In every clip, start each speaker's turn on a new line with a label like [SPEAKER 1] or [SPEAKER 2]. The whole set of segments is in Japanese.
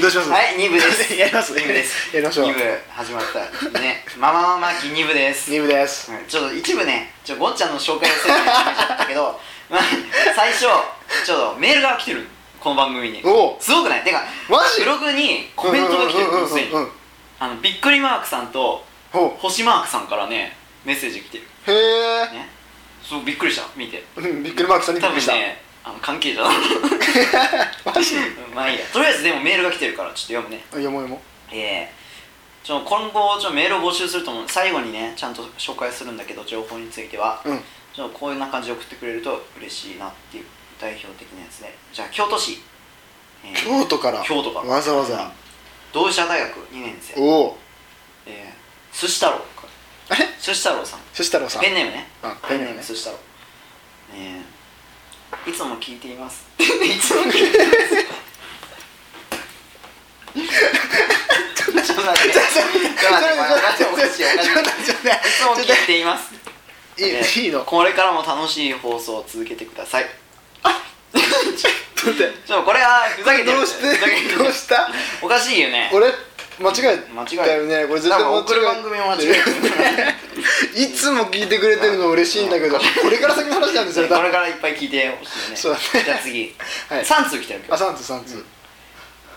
[SPEAKER 1] どうします
[SPEAKER 2] はい2部で す
[SPEAKER 1] やります
[SPEAKER 2] 2部です
[SPEAKER 1] やりましょう
[SPEAKER 2] 2部始まったねママママキ2部です
[SPEAKER 1] 2部です
[SPEAKER 2] うんちょっと一部ねちょごっちゃんの紹介をせずに始めちゃったけど、 まあ、最初ちょっとメールが来てるこの番組に
[SPEAKER 1] おう
[SPEAKER 2] すごくないてか
[SPEAKER 1] マジ
[SPEAKER 2] ブログにコメントが来てる
[SPEAKER 1] うんうんうんうんうん
[SPEAKER 2] すでにあのびっくりマークさんと
[SPEAKER 1] ほ
[SPEAKER 2] 星マークさんからねメッセージ来てる
[SPEAKER 1] うへ
[SPEAKER 2] ねそうびっくりした見て
[SPEAKER 1] えうんびっくりマークさんにび
[SPEAKER 2] 多
[SPEAKER 1] っくり
[SPEAKER 2] 分
[SPEAKER 1] した
[SPEAKER 2] ねあの関係者 だ
[SPEAKER 1] マジ
[SPEAKER 2] まあいいやとりあえずでもメールが来てるからちょっと読むね
[SPEAKER 1] あよもよも
[SPEAKER 2] ええちょ今後ちょメールを募集すると思う最後にねちゃんと紹介するんだけど情報については、
[SPEAKER 1] うん
[SPEAKER 2] ちょっとこういうな感じで送ってくれると嬉しいなっていう代表的なやつでじゃあ京都市、えー
[SPEAKER 1] 京都から
[SPEAKER 2] 京都から
[SPEAKER 1] わざわ
[SPEAKER 2] うん
[SPEAKER 1] ざ
[SPEAKER 2] 同志社大学2年生
[SPEAKER 1] おお
[SPEAKER 2] えー、寿司太郎か
[SPEAKER 1] あれ
[SPEAKER 2] 寿司太郎さん
[SPEAKER 1] そしたらさ
[SPEAKER 2] ペンネームね
[SPEAKER 1] あペンネームね
[SPEAKER 2] 寿司太郎えー、いつも聞いています いつも聞いていますちょっと待って、ちょっと待って、ちょっと待って、おかしいおかしい
[SPEAKER 1] ちょっと待って
[SPEAKER 2] いつも聞いています。
[SPEAKER 1] いいいいの
[SPEAKER 2] これからも楽しい放送を続けてください。
[SPEAKER 1] ちょっと待って
[SPEAKER 2] ちょっとこれはふざけて
[SPEAKER 1] ど
[SPEAKER 2] るん
[SPEAKER 1] う
[SPEAKER 2] で
[SPEAKER 1] し
[SPEAKER 2] ふざけて
[SPEAKER 1] て
[SPEAKER 2] る
[SPEAKER 1] どうした
[SPEAKER 2] おかしいよね。
[SPEAKER 1] 俺間違え
[SPEAKER 2] 間違え
[SPEAKER 1] たよねこれ絶対
[SPEAKER 2] 多分
[SPEAKER 1] 間違え
[SPEAKER 2] 送る番組も間違えてる
[SPEAKER 1] いつも聞いてくれてるの嬉しいんだけどこれから先の話なんです
[SPEAKER 2] そ
[SPEAKER 1] よ
[SPEAKER 2] れ こ
[SPEAKER 1] 多分
[SPEAKER 2] れからいっぱい聞いてほしいよね
[SPEAKER 1] そうだね
[SPEAKER 2] じゃあ次、
[SPEAKER 1] はい
[SPEAKER 2] 3通来てるけ
[SPEAKER 1] あ
[SPEAKER 2] ど
[SPEAKER 1] 三通三通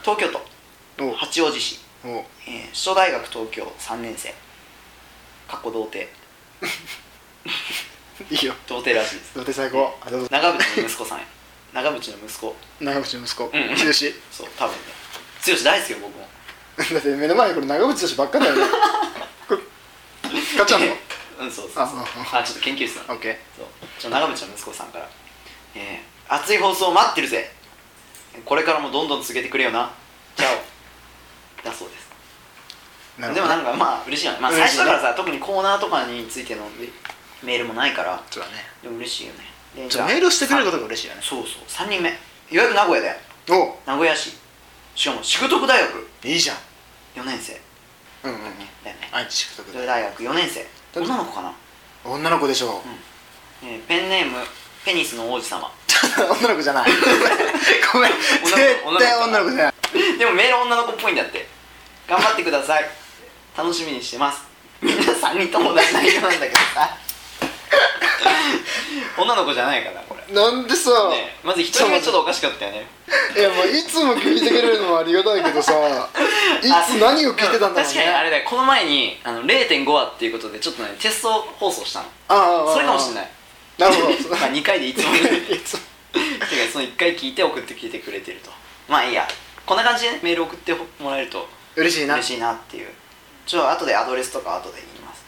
[SPEAKER 2] 東京都
[SPEAKER 1] おう
[SPEAKER 2] 八王子市、
[SPEAKER 1] おう
[SPEAKER 2] えー、首都大学東京3年生かっこ童貞
[SPEAKER 1] いいよ
[SPEAKER 2] 童貞らしいです
[SPEAKER 1] 土手最高あどうぞ
[SPEAKER 2] 長渕の息子さんや長渕の息子
[SPEAKER 1] 長渕の息子剛
[SPEAKER 2] んそう多分ね剛大好きよ僕も
[SPEAKER 1] だって目の前にこれ長渕剛ばっかだよ ねこれ買っちゃうの
[SPEAKER 2] うんそうそうそう
[SPEAKER 1] ああ
[SPEAKER 2] あちょっと研究室なの
[SPEAKER 1] オッケー
[SPEAKER 2] そうちょ長渕の息子さんから「えー、熱い放送待ってるぜこれからもどんどん続けてくれよなチャオ」だそうです
[SPEAKER 1] なる
[SPEAKER 2] で
[SPEAKER 1] ほ
[SPEAKER 2] も
[SPEAKER 1] ど
[SPEAKER 2] なんかまあ嬉しいよね、まあ、最
[SPEAKER 1] 嬉し
[SPEAKER 2] 初
[SPEAKER 1] い
[SPEAKER 2] だ
[SPEAKER 1] ね
[SPEAKER 2] からさ特にコーナーとかについてのメールもないから
[SPEAKER 1] そうだね
[SPEAKER 2] でも嬉しいよねで
[SPEAKER 1] ちょメールをしてくれること
[SPEAKER 2] さ
[SPEAKER 1] が嬉しいよね
[SPEAKER 2] そうそう3人目ようやく名古屋だよ
[SPEAKER 1] お
[SPEAKER 2] 名古屋市しかも淑徳大学
[SPEAKER 1] ういいじゃん
[SPEAKER 2] 4年生
[SPEAKER 1] うんうん
[SPEAKER 2] だよね
[SPEAKER 1] 愛知宿
[SPEAKER 2] 淑
[SPEAKER 1] だ
[SPEAKER 2] 徳大学4年生
[SPEAKER 1] だ
[SPEAKER 2] 女の子かな、
[SPEAKER 1] 女の子でしょ
[SPEAKER 2] えーペンネームペニスの王子様
[SPEAKER 1] 女の子じゃないごめん絶対女の子じゃない
[SPEAKER 2] でもメール女の子っぽいんだって頑張ってください楽しみにしてます みんな3人とも同じ内容なんだけどさ 女の子じゃないかなこれ
[SPEAKER 1] なんでさ
[SPEAKER 2] ねまず一人目ちょっとおかしかったよね
[SPEAKER 1] いやもういつも聞いてくれる のはありがたいけどさい
[SPEAKER 2] あ
[SPEAKER 1] つ何を聞いてたんだろうね
[SPEAKER 2] 確かにあれだよこの前にあの0.5話っていうことでちょっとねテスト放送したの
[SPEAKER 1] ああ
[SPEAKER 2] それかもしれ
[SPEAKER 1] い
[SPEAKER 2] ない
[SPEAKER 1] なるほど
[SPEAKER 2] まあ2回でいつも
[SPEAKER 1] いつも
[SPEAKER 2] てかその1回聞いて送ってきてくれてるとまあいいやこんな感じで、ね、メール送ってもらえると
[SPEAKER 1] 嬉しいな
[SPEAKER 2] 嬉しいなっていうちょっと後でアドレスとか後で言います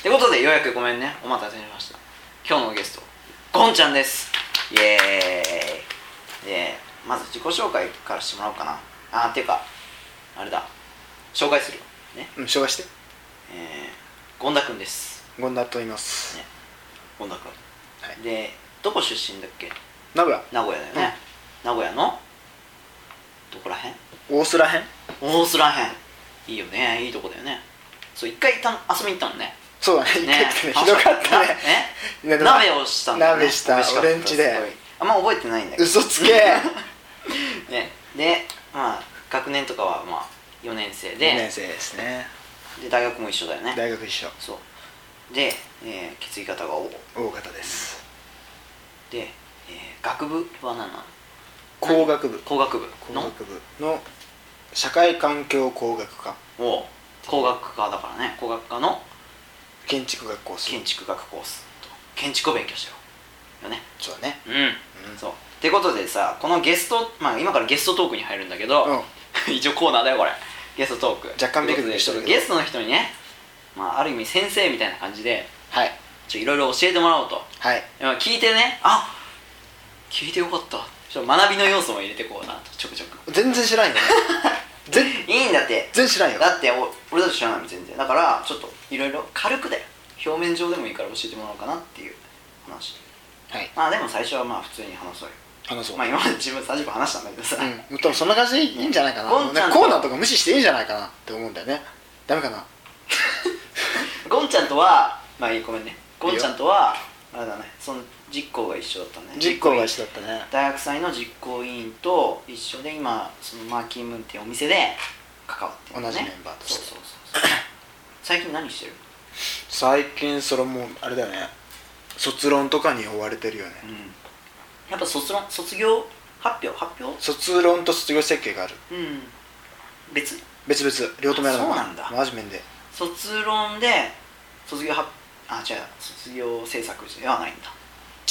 [SPEAKER 2] ってことでようやくごめんねお待たせしました今日のゲストゴンちゃんですイエーイでまず自己紹介からしてもらおうかなあーっていうかあれだ紹介するよね
[SPEAKER 1] うん紹介して
[SPEAKER 2] えー、ゴンダくんです
[SPEAKER 1] 権田と言います
[SPEAKER 2] ねゴンダくん、
[SPEAKER 1] はい
[SPEAKER 2] でどこ出身だっけ
[SPEAKER 1] 名古屋
[SPEAKER 2] 名古屋だよね、名古屋のどこらへん
[SPEAKER 1] 大須らへん
[SPEAKER 2] 大須らへんいいよねいいとこだよねそう一回いたん遊びに行ったもんね
[SPEAKER 1] そうだね一回
[SPEAKER 2] ね
[SPEAKER 1] 来てね ひどかったね
[SPEAKER 2] え
[SPEAKER 1] ねでも
[SPEAKER 2] 鍋をしたんだよね
[SPEAKER 1] 鍋した
[SPEAKER 2] 美味かった
[SPEAKER 1] 俺んちです
[SPEAKER 2] ごいあんま覚えてないんだけど
[SPEAKER 1] 嘘つ け
[SPEAKER 2] ねでまあ学年とかはまあ4年生
[SPEAKER 1] 2年
[SPEAKER 2] で
[SPEAKER 1] 生ですね
[SPEAKER 2] で大学も一緒だよね
[SPEAKER 1] 大学一緒
[SPEAKER 2] そうで、えー血液型が O
[SPEAKER 1] 大方です
[SPEAKER 2] で、えー学部は何なの
[SPEAKER 1] 工学部
[SPEAKER 2] 工学部
[SPEAKER 1] 工
[SPEAKER 2] の
[SPEAKER 1] 学部の社会環境工学科
[SPEAKER 2] お工学科だからね工学科の
[SPEAKER 1] 建築学コース
[SPEAKER 2] 建築学コースと建築を勉強しようよね
[SPEAKER 1] そうだね
[SPEAKER 2] うん、
[SPEAKER 1] うん
[SPEAKER 2] そうってことでさこのゲストまあ今からゲストトークに入るんだけど、 一応コーナーだよこれゲストトーク
[SPEAKER 1] 若干ビクビクしてるけど
[SPEAKER 2] ゲストの人にね、まあ、ある意味先生みたいな感じで
[SPEAKER 1] はい
[SPEAKER 2] ちょいろいろ教えてもらおうと
[SPEAKER 1] はい
[SPEAKER 2] まあ聞いてねあ聞いてよかったちょっと学びの要素も入れてこうなとちょくちょく
[SPEAKER 1] 全然知らんよ ね全
[SPEAKER 2] いいんだって
[SPEAKER 1] 然知らんよ
[SPEAKER 2] だってお俺だと知らないもん全然だからちょっといろいろ軽くだよ表面上でもいいから教えてもらおうかなっていう話
[SPEAKER 1] はい
[SPEAKER 2] まあでも最初はまあ普通に話そうよ
[SPEAKER 1] 話そう
[SPEAKER 2] まあ今まで自分30分話したんだけどさ、
[SPEAKER 1] うん、多分そんな感じでいいんじゃないかな
[SPEAKER 2] ゴンちゃんと
[SPEAKER 1] コーナーとか無視していいんじゃないかなって思うんだよねダメかな
[SPEAKER 2] ゴンちゃんとはまあいいごめんねゴンちゃんとはあれだねその実行が一緒だったね
[SPEAKER 1] 実行が一緒だったね
[SPEAKER 2] 大学祭の実行委員と一緒で今そのマーキームーンっていうお店で関わってる、
[SPEAKER 1] 同じメンバーとして
[SPEAKER 2] そうそうそうそう最近何してる
[SPEAKER 1] 最近それもうあれだよね卒論とかに追われてるよね
[SPEAKER 2] うんやっぱ卒論卒業発表発表
[SPEAKER 1] 卒論と卒業設計がある
[SPEAKER 2] うん別
[SPEAKER 1] 別々両方ともやるの
[SPEAKER 2] そうなんだ
[SPEAKER 1] マジ面で
[SPEAKER 2] 卒論で卒業発あ違う卒業制作ではないんだ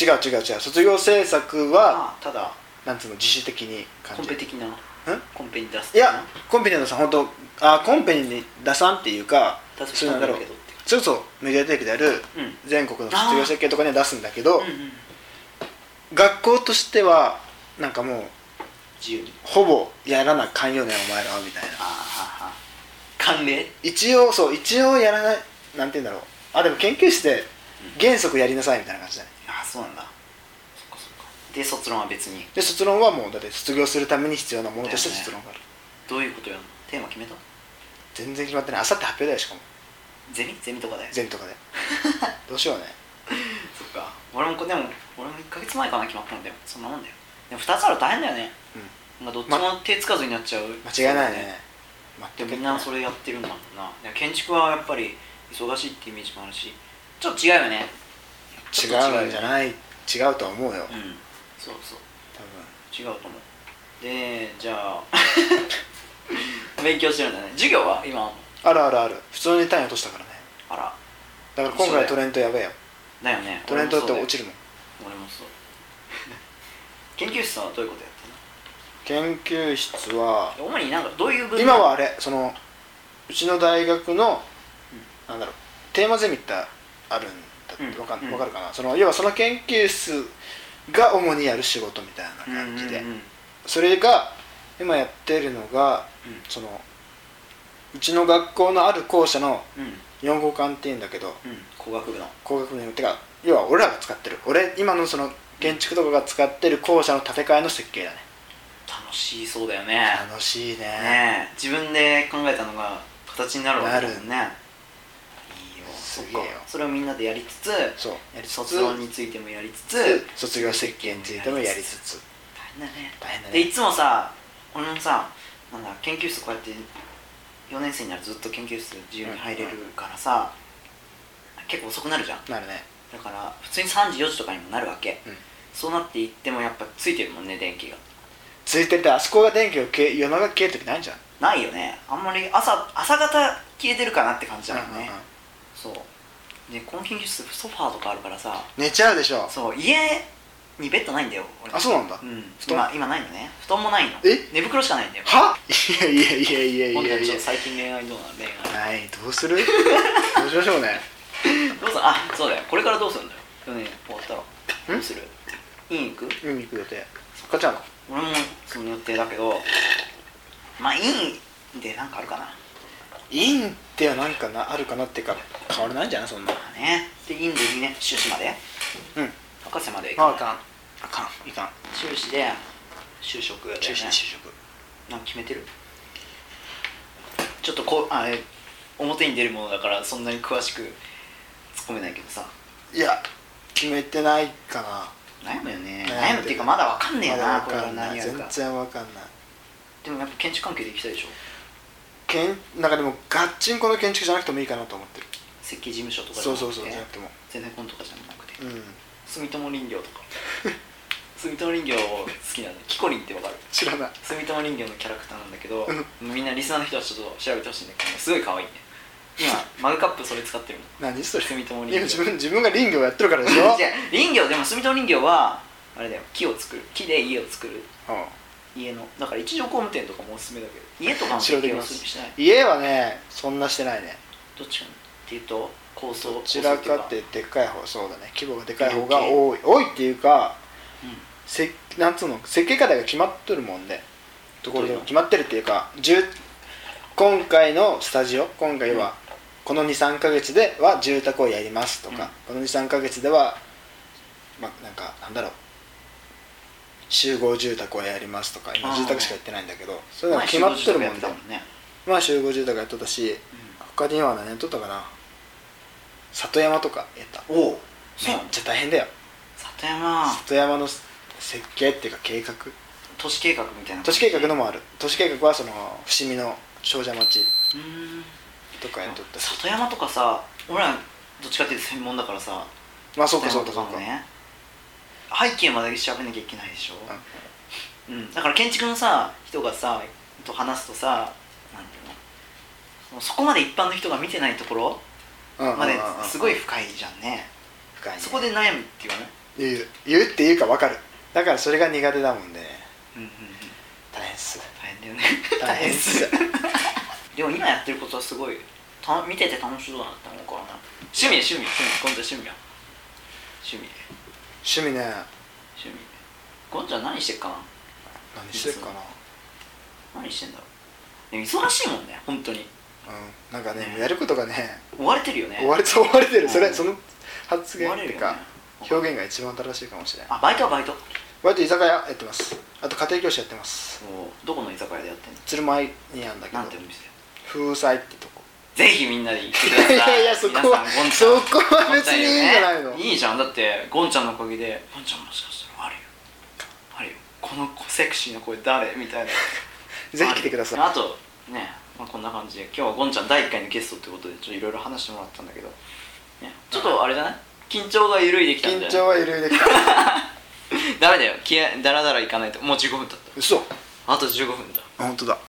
[SPEAKER 1] 違う違う違う卒業制作は
[SPEAKER 2] あただ
[SPEAKER 1] なんつうの自主的に
[SPEAKER 2] コ
[SPEAKER 1] 感
[SPEAKER 2] ン
[SPEAKER 1] じ
[SPEAKER 2] ペ
[SPEAKER 1] る
[SPEAKER 2] 的なんコンペに出す
[SPEAKER 1] いやコンペニーのさ本当あコンペニー出さんっていうか
[SPEAKER 2] 出す
[SPEAKER 1] そ
[SPEAKER 2] 人
[SPEAKER 1] うな
[SPEAKER 2] なんん
[SPEAKER 1] だ
[SPEAKER 2] だ
[SPEAKER 1] ろ
[SPEAKER 2] ろ
[SPEAKER 1] う
[SPEAKER 2] うけどって
[SPEAKER 1] それこそメディアテレビでやる
[SPEAKER 2] うん
[SPEAKER 1] 全国の卒業設計とかには出すんだけど、
[SPEAKER 2] うんうん
[SPEAKER 1] 学校としてはなんかもう
[SPEAKER 2] 自由に
[SPEAKER 1] ほぼやらなあかんよねお前らはみたいな
[SPEAKER 2] あーはーはー慣例
[SPEAKER 1] 一応そう一応やらないなんて言うんだろうあでも研究室で原則やりなさいみたいな感じだね
[SPEAKER 2] あそうなんだそっかそっかで卒論は別に
[SPEAKER 1] で卒論はもうだって卒業するために必要なものとして
[SPEAKER 2] だよね
[SPEAKER 1] 卒論がある、
[SPEAKER 2] どういうことやるのテーマ決めた
[SPEAKER 1] 全然決まってないあさって発表だよしかも
[SPEAKER 2] ゼミゼミとかで
[SPEAKER 1] 全とか でどうしようね
[SPEAKER 2] そっか俺もこでも俺も1か月前かな決まったんだよそんなもんだよでも2つあると大変だよね、なんかどっちも手つかずになっちゃう、
[SPEAKER 1] 間違いないね待
[SPEAKER 2] で
[SPEAKER 1] って
[SPEAKER 2] みんなそれやってるんだもんなでも建築はやっぱり忙しいってイメージもあるしちょっと違うよねちょっと
[SPEAKER 1] 違うんじゃ
[SPEAKER 2] い
[SPEAKER 1] ない違うとは思うよ、
[SPEAKER 2] うんそうそう
[SPEAKER 1] 多分
[SPEAKER 2] 違うと思うでじゃあ 勉強してるんだね授業は今
[SPEAKER 1] あるあるある普通に単位落としたからね
[SPEAKER 2] あら
[SPEAKER 1] だから今
[SPEAKER 2] そうだ
[SPEAKER 1] 回
[SPEAKER 2] よ
[SPEAKER 1] トレントやべえよ
[SPEAKER 2] だよね
[SPEAKER 1] トレントって落ち
[SPEAKER 2] る
[SPEAKER 1] るもん
[SPEAKER 2] 俺もそう 研究室はどういうことやっ
[SPEAKER 1] 研究室は
[SPEAKER 2] てるの主になんかどういう分野
[SPEAKER 1] 今はあれそのうちの大学の、なんだろうテーマゼミってあるんだって
[SPEAKER 2] うん
[SPEAKER 1] わか,、ん
[SPEAKER 2] うん
[SPEAKER 1] わかるかなその要はその研究室が主にやる仕事みたいな感じで、
[SPEAKER 2] うんうんうん
[SPEAKER 1] それが今やってるのが、
[SPEAKER 2] うん
[SPEAKER 1] そのうちの学校のある校舎の
[SPEAKER 2] うん
[SPEAKER 1] 4号館っていうんだけど
[SPEAKER 2] うん工学部の
[SPEAKER 1] 工学部のてか要は俺らが使ってる俺今のその建築とかが使ってる校舎の建て替えの設計だね
[SPEAKER 2] 楽しそうだよね
[SPEAKER 1] 楽しいね
[SPEAKER 2] ねえ自分で考えたのが形になるわけだもんねいいよ
[SPEAKER 1] す
[SPEAKER 2] そっ
[SPEAKER 1] げえ
[SPEAKER 2] か
[SPEAKER 1] よ
[SPEAKER 2] それをみんなでやりつつ
[SPEAKER 1] そうやりつつ
[SPEAKER 2] 卒論についてもやりつつ
[SPEAKER 1] 卒業設計についてもやりつつ
[SPEAKER 2] 大変だね
[SPEAKER 1] 大変だ
[SPEAKER 2] でい
[SPEAKER 1] ね
[SPEAKER 2] つもさ俺もさなんだ研究室こうやって4年生になるとずっと研究室自由に入れるからさ、結構遅くなるじゃん
[SPEAKER 1] なるね
[SPEAKER 2] だから普通に3時4時とかにもなるわけ、
[SPEAKER 1] うん
[SPEAKER 2] そうなっていってもやっぱついてるもんね電気が
[SPEAKER 1] ついててあそこが電気を消え夜中消える時ないんじゃん
[SPEAKER 2] ないよねあんまり朝朝方消えてるかなって感じだよね、
[SPEAKER 1] うんうんうん
[SPEAKER 2] そうでこの研究室ソファーとかあるからさ
[SPEAKER 1] 寝ちゃうでしょ
[SPEAKER 2] そう家にベッドないんだよ俺
[SPEAKER 1] あそうなんだ
[SPEAKER 2] うん
[SPEAKER 1] 布団
[SPEAKER 2] 今今ないのね布団もないの
[SPEAKER 1] え
[SPEAKER 2] 寝袋しかないんだよ
[SPEAKER 1] はい やいやいやいやい
[SPEAKER 2] ほん
[SPEAKER 1] や
[SPEAKER 2] と
[SPEAKER 1] い
[SPEAKER 2] ちょっ
[SPEAKER 1] や
[SPEAKER 2] と最近恋愛どうなの恋愛
[SPEAKER 1] はいどうするどうしましょうね
[SPEAKER 2] どうするあそうだよこれからどうするんだよ去年終わったらどうする院行く
[SPEAKER 1] 海に行く予定かっちゃんの
[SPEAKER 2] 俺もその予定だけどまあ院でなんかあるかな
[SPEAKER 1] インってはなんかなあるかなっていうか変わらないんじゃないそんな
[SPEAKER 2] まあねで院でいいね修士まで
[SPEAKER 1] うん
[SPEAKER 2] 博士まで行く
[SPEAKER 1] ああかんあかんいかん
[SPEAKER 2] 修士で就職だよね
[SPEAKER 1] 中止就職
[SPEAKER 2] なんか決めてるちょっとこうあれ表に出るものだからそんなに詳しく突っ込めないけどさ
[SPEAKER 1] いや決めてないかな
[SPEAKER 2] 悩むよね
[SPEAKER 1] 悩んでる
[SPEAKER 2] 悩むっていうかまだわかんねえ
[SPEAKER 1] ま
[SPEAKER 2] な、
[SPEAKER 1] だわ
[SPEAKER 2] これか
[SPEAKER 1] からん
[SPEAKER 2] 何
[SPEAKER 1] ない
[SPEAKER 2] や
[SPEAKER 1] 全
[SPEAKER 2] るか
[SPEAKER 1] 然わかんない
[SPEAKER 2] でもやっぱ建築関係で行きたいでしょ
[SPEAKER 1] けんなんかでもガッチンコの建築じゃなくてもいいかなと思ってる
[SPEAKER 2] 設計事務所とかじゃ
[SPEAKER 1] そう
[SPEAKER 2] なくて
[SPEAKER 1] そうそうじゃなくても
[SPEAKER 2] 全然コンとかじゃなくて
[SPEAKER 1] うん
[SPEAKER 2] 住友林業とか 住友林業好きなんでキコリンってわかる
[SPEAKER 1] 知らない
[SPEAKER 2] 住友林業のキャラクターなんだけど、
[SPEAKER 1] う
[SPEAKER 2] みんなリスナーの人はちょっと調べてほしいんだけどすごい可愛いね今マグカップそれ使ってるの
[SPEAKER 1] 何それ
[SPEAKER 2] 住友林
[SPEAKER 1] いや
[SPEAKER 2] 業
[SPEAKER 1] 自分自分が林業やってるからでしょ
[SPEAKER 2] 違う林業でも住友林業はあれだよ木を作る木で家を作る
[SPEAKER 1] う
[SPEAKER 2] 家のだから一条工務店とかもおすすめだけど家とか
[SPEAKER 1] ん
[SPEAKER 2] も
[SPEAKER 1] 調べてきま
[SPEAKER 2] 設計を
[SPEAKER 1] す
[SPEAKER 2] し ない
[SPEAKER 1] 家はねそんなしてないね
[SPEAKER 2] どっちかっていうと構想
[SPEAKER 1] どちら
[SPEAKER 2] 構想
[SPEAKER 1] か
[SPEAKER 2] いう
[SPEAKER 1] ってでっかい方そうだね規模がでかい方が多い多いっていうかせなんつうの設計課題が決まっとるもんでところ
[SPEAKER 2] どう
[SPEAKER 1] で
[SPEAKER 2] いうの
[SPEAKER 1] 決まってるっていうか住今回のスタジオ今回はこの23か月では住宅をやりますとか、この23か月ではまあなんかなんだろう集合住宅をやりますとか今
[SPEAKER 2] あー
[SPEAKER 1] 住宅しかやってないんだけどそうういう
[SPEAKER 2] ん
[SPEAKER 1] のが決まっとるもんで
[SPEAKER 2] 前仕
[SPEAKER 1] まあ集合
[SPEAKER 2] 事とかやってたね
[SPEAKER 1] 住宅やっとったし他には何やっとったかな里山とかやった
[SPEAKER 2] うんおお
[SPEAKER 1] めっちゃ大変だよ
[SPEAKER 2] 里山
[SPEAKER 1] 里山の設計っていうか計画
[SPEAKER 2] 都市計画みたいな
[SPEAKER 1] 都市計画のもある都市計画はその伏見の庄者町
[SPEAKER 2] うーん
[SPEAKER 1] とかやっとったし
[SPEAKER 2] 里山とかさ俺らどっちかっていうと専門だからさ
[SPEAKER 1] まあそうかそ
[SPEAKER 2] 里
[SPEAKER 1] うか
[SPEAKER 2] 山と
[SPEAKER 1] そう
[SPEAKER 2] も
[SPEAKER 1] か、
[SPEAKER 2] ね背景まで調べなきゃいけないでしょ、うん、だから建築のさ人がさと話すとさなんていうのそこまで一般の人が見てないところ
[SPEAKER 1] うんうんうんうん
[SPEAKER 2] まですごい深いじゃんね
[SPEAKER 1] 深いね
[SPEAKER 2] そこで悩むっていうね
[SPEAKER 1] 言う言うっていうか分かるだからそれが苦手だもんね
[SPEAKER 2] うんうんうん
[SPEAKER 1] 大変っす
[SPEAKER 2] 大変だよね
[SPEAKER 1] 大変っす
[SPEAKER 2] でも今やってることはすごいた見てて楽しそうだなって思うからな趣味趣味趣味今度趣味や趣味
[SPEAKER 1] 趣味ね
[SPEAKER 2] 趣味ゴンちゃん何してっかな
[SPEAKER 1] 何してるかな
[SPEAKER 2] 何してんだろうでも忙しいもんね本当に
[SPEAKER 1] うんなんかねもうやることがね
[SPEAKER 2] 追われてるよね
[SPEAKER 1] 終われそう終われてるそうれ
[SPEAKER 2] ん
[SPEAKER 1] その発言っていうか
[SPEAKER 2] 追われるよね
[SPEAKER 1] 表現が一番正しいかもしれない
[SPEAKER 2] あバイトはバイト
[SPEAKER 1] 割と居酒屋やってますあと家庭教師やってます
[SPEAKER 2] もうどこの居酒屋でやってんの
[SPEAKER 1] 鶴舞にあんだけど
[SPEAKER 2] なんてお店
[SPEAKER 1] 風祭ってとこ
[SPEAKER 2] ぜひみんなで行ってく
[SPEAKER 1] い
[SPEAKER 2] ださい
[SPEAKER 1] や いやそこは
[SPEAKER 2] 皆さんゴンち
[SPEAKER 1] そ
[SPEAKER 2] ゃん
[SPEAKER 1] こは別にいいんじゃないの
[SPEAKER 2] ゴンちゃんよねいいじゃんだってゴンちゃんのおかげでゴンちゃんもしかしたらあるよあるよこの子セクシーな声誰みたいな
[SPEAKER 1] ぜひ来てください
[SPEAKER 2] あるあとね、まあ、こんな感じで今日はゴンちゃん第1回のゲストってことでちょっといろいろ話してもらったんだけど、ね、ちょっとあれじゃない緊張が緩いできたん
[SPEAKER 1] 緊
[SPEAKER 2] だ
[SPEAKER 1] 張
[SPEAKER 2] よ
[SPEAKER 1] は緩いできた
[SPEAKER 2] ダメだよ消えだらだらいかないともう15分経っ
[SPEAKER 1] 嘘
[SPEAKER 2] たあと15分だ
[SPEAKER 1] 本当だ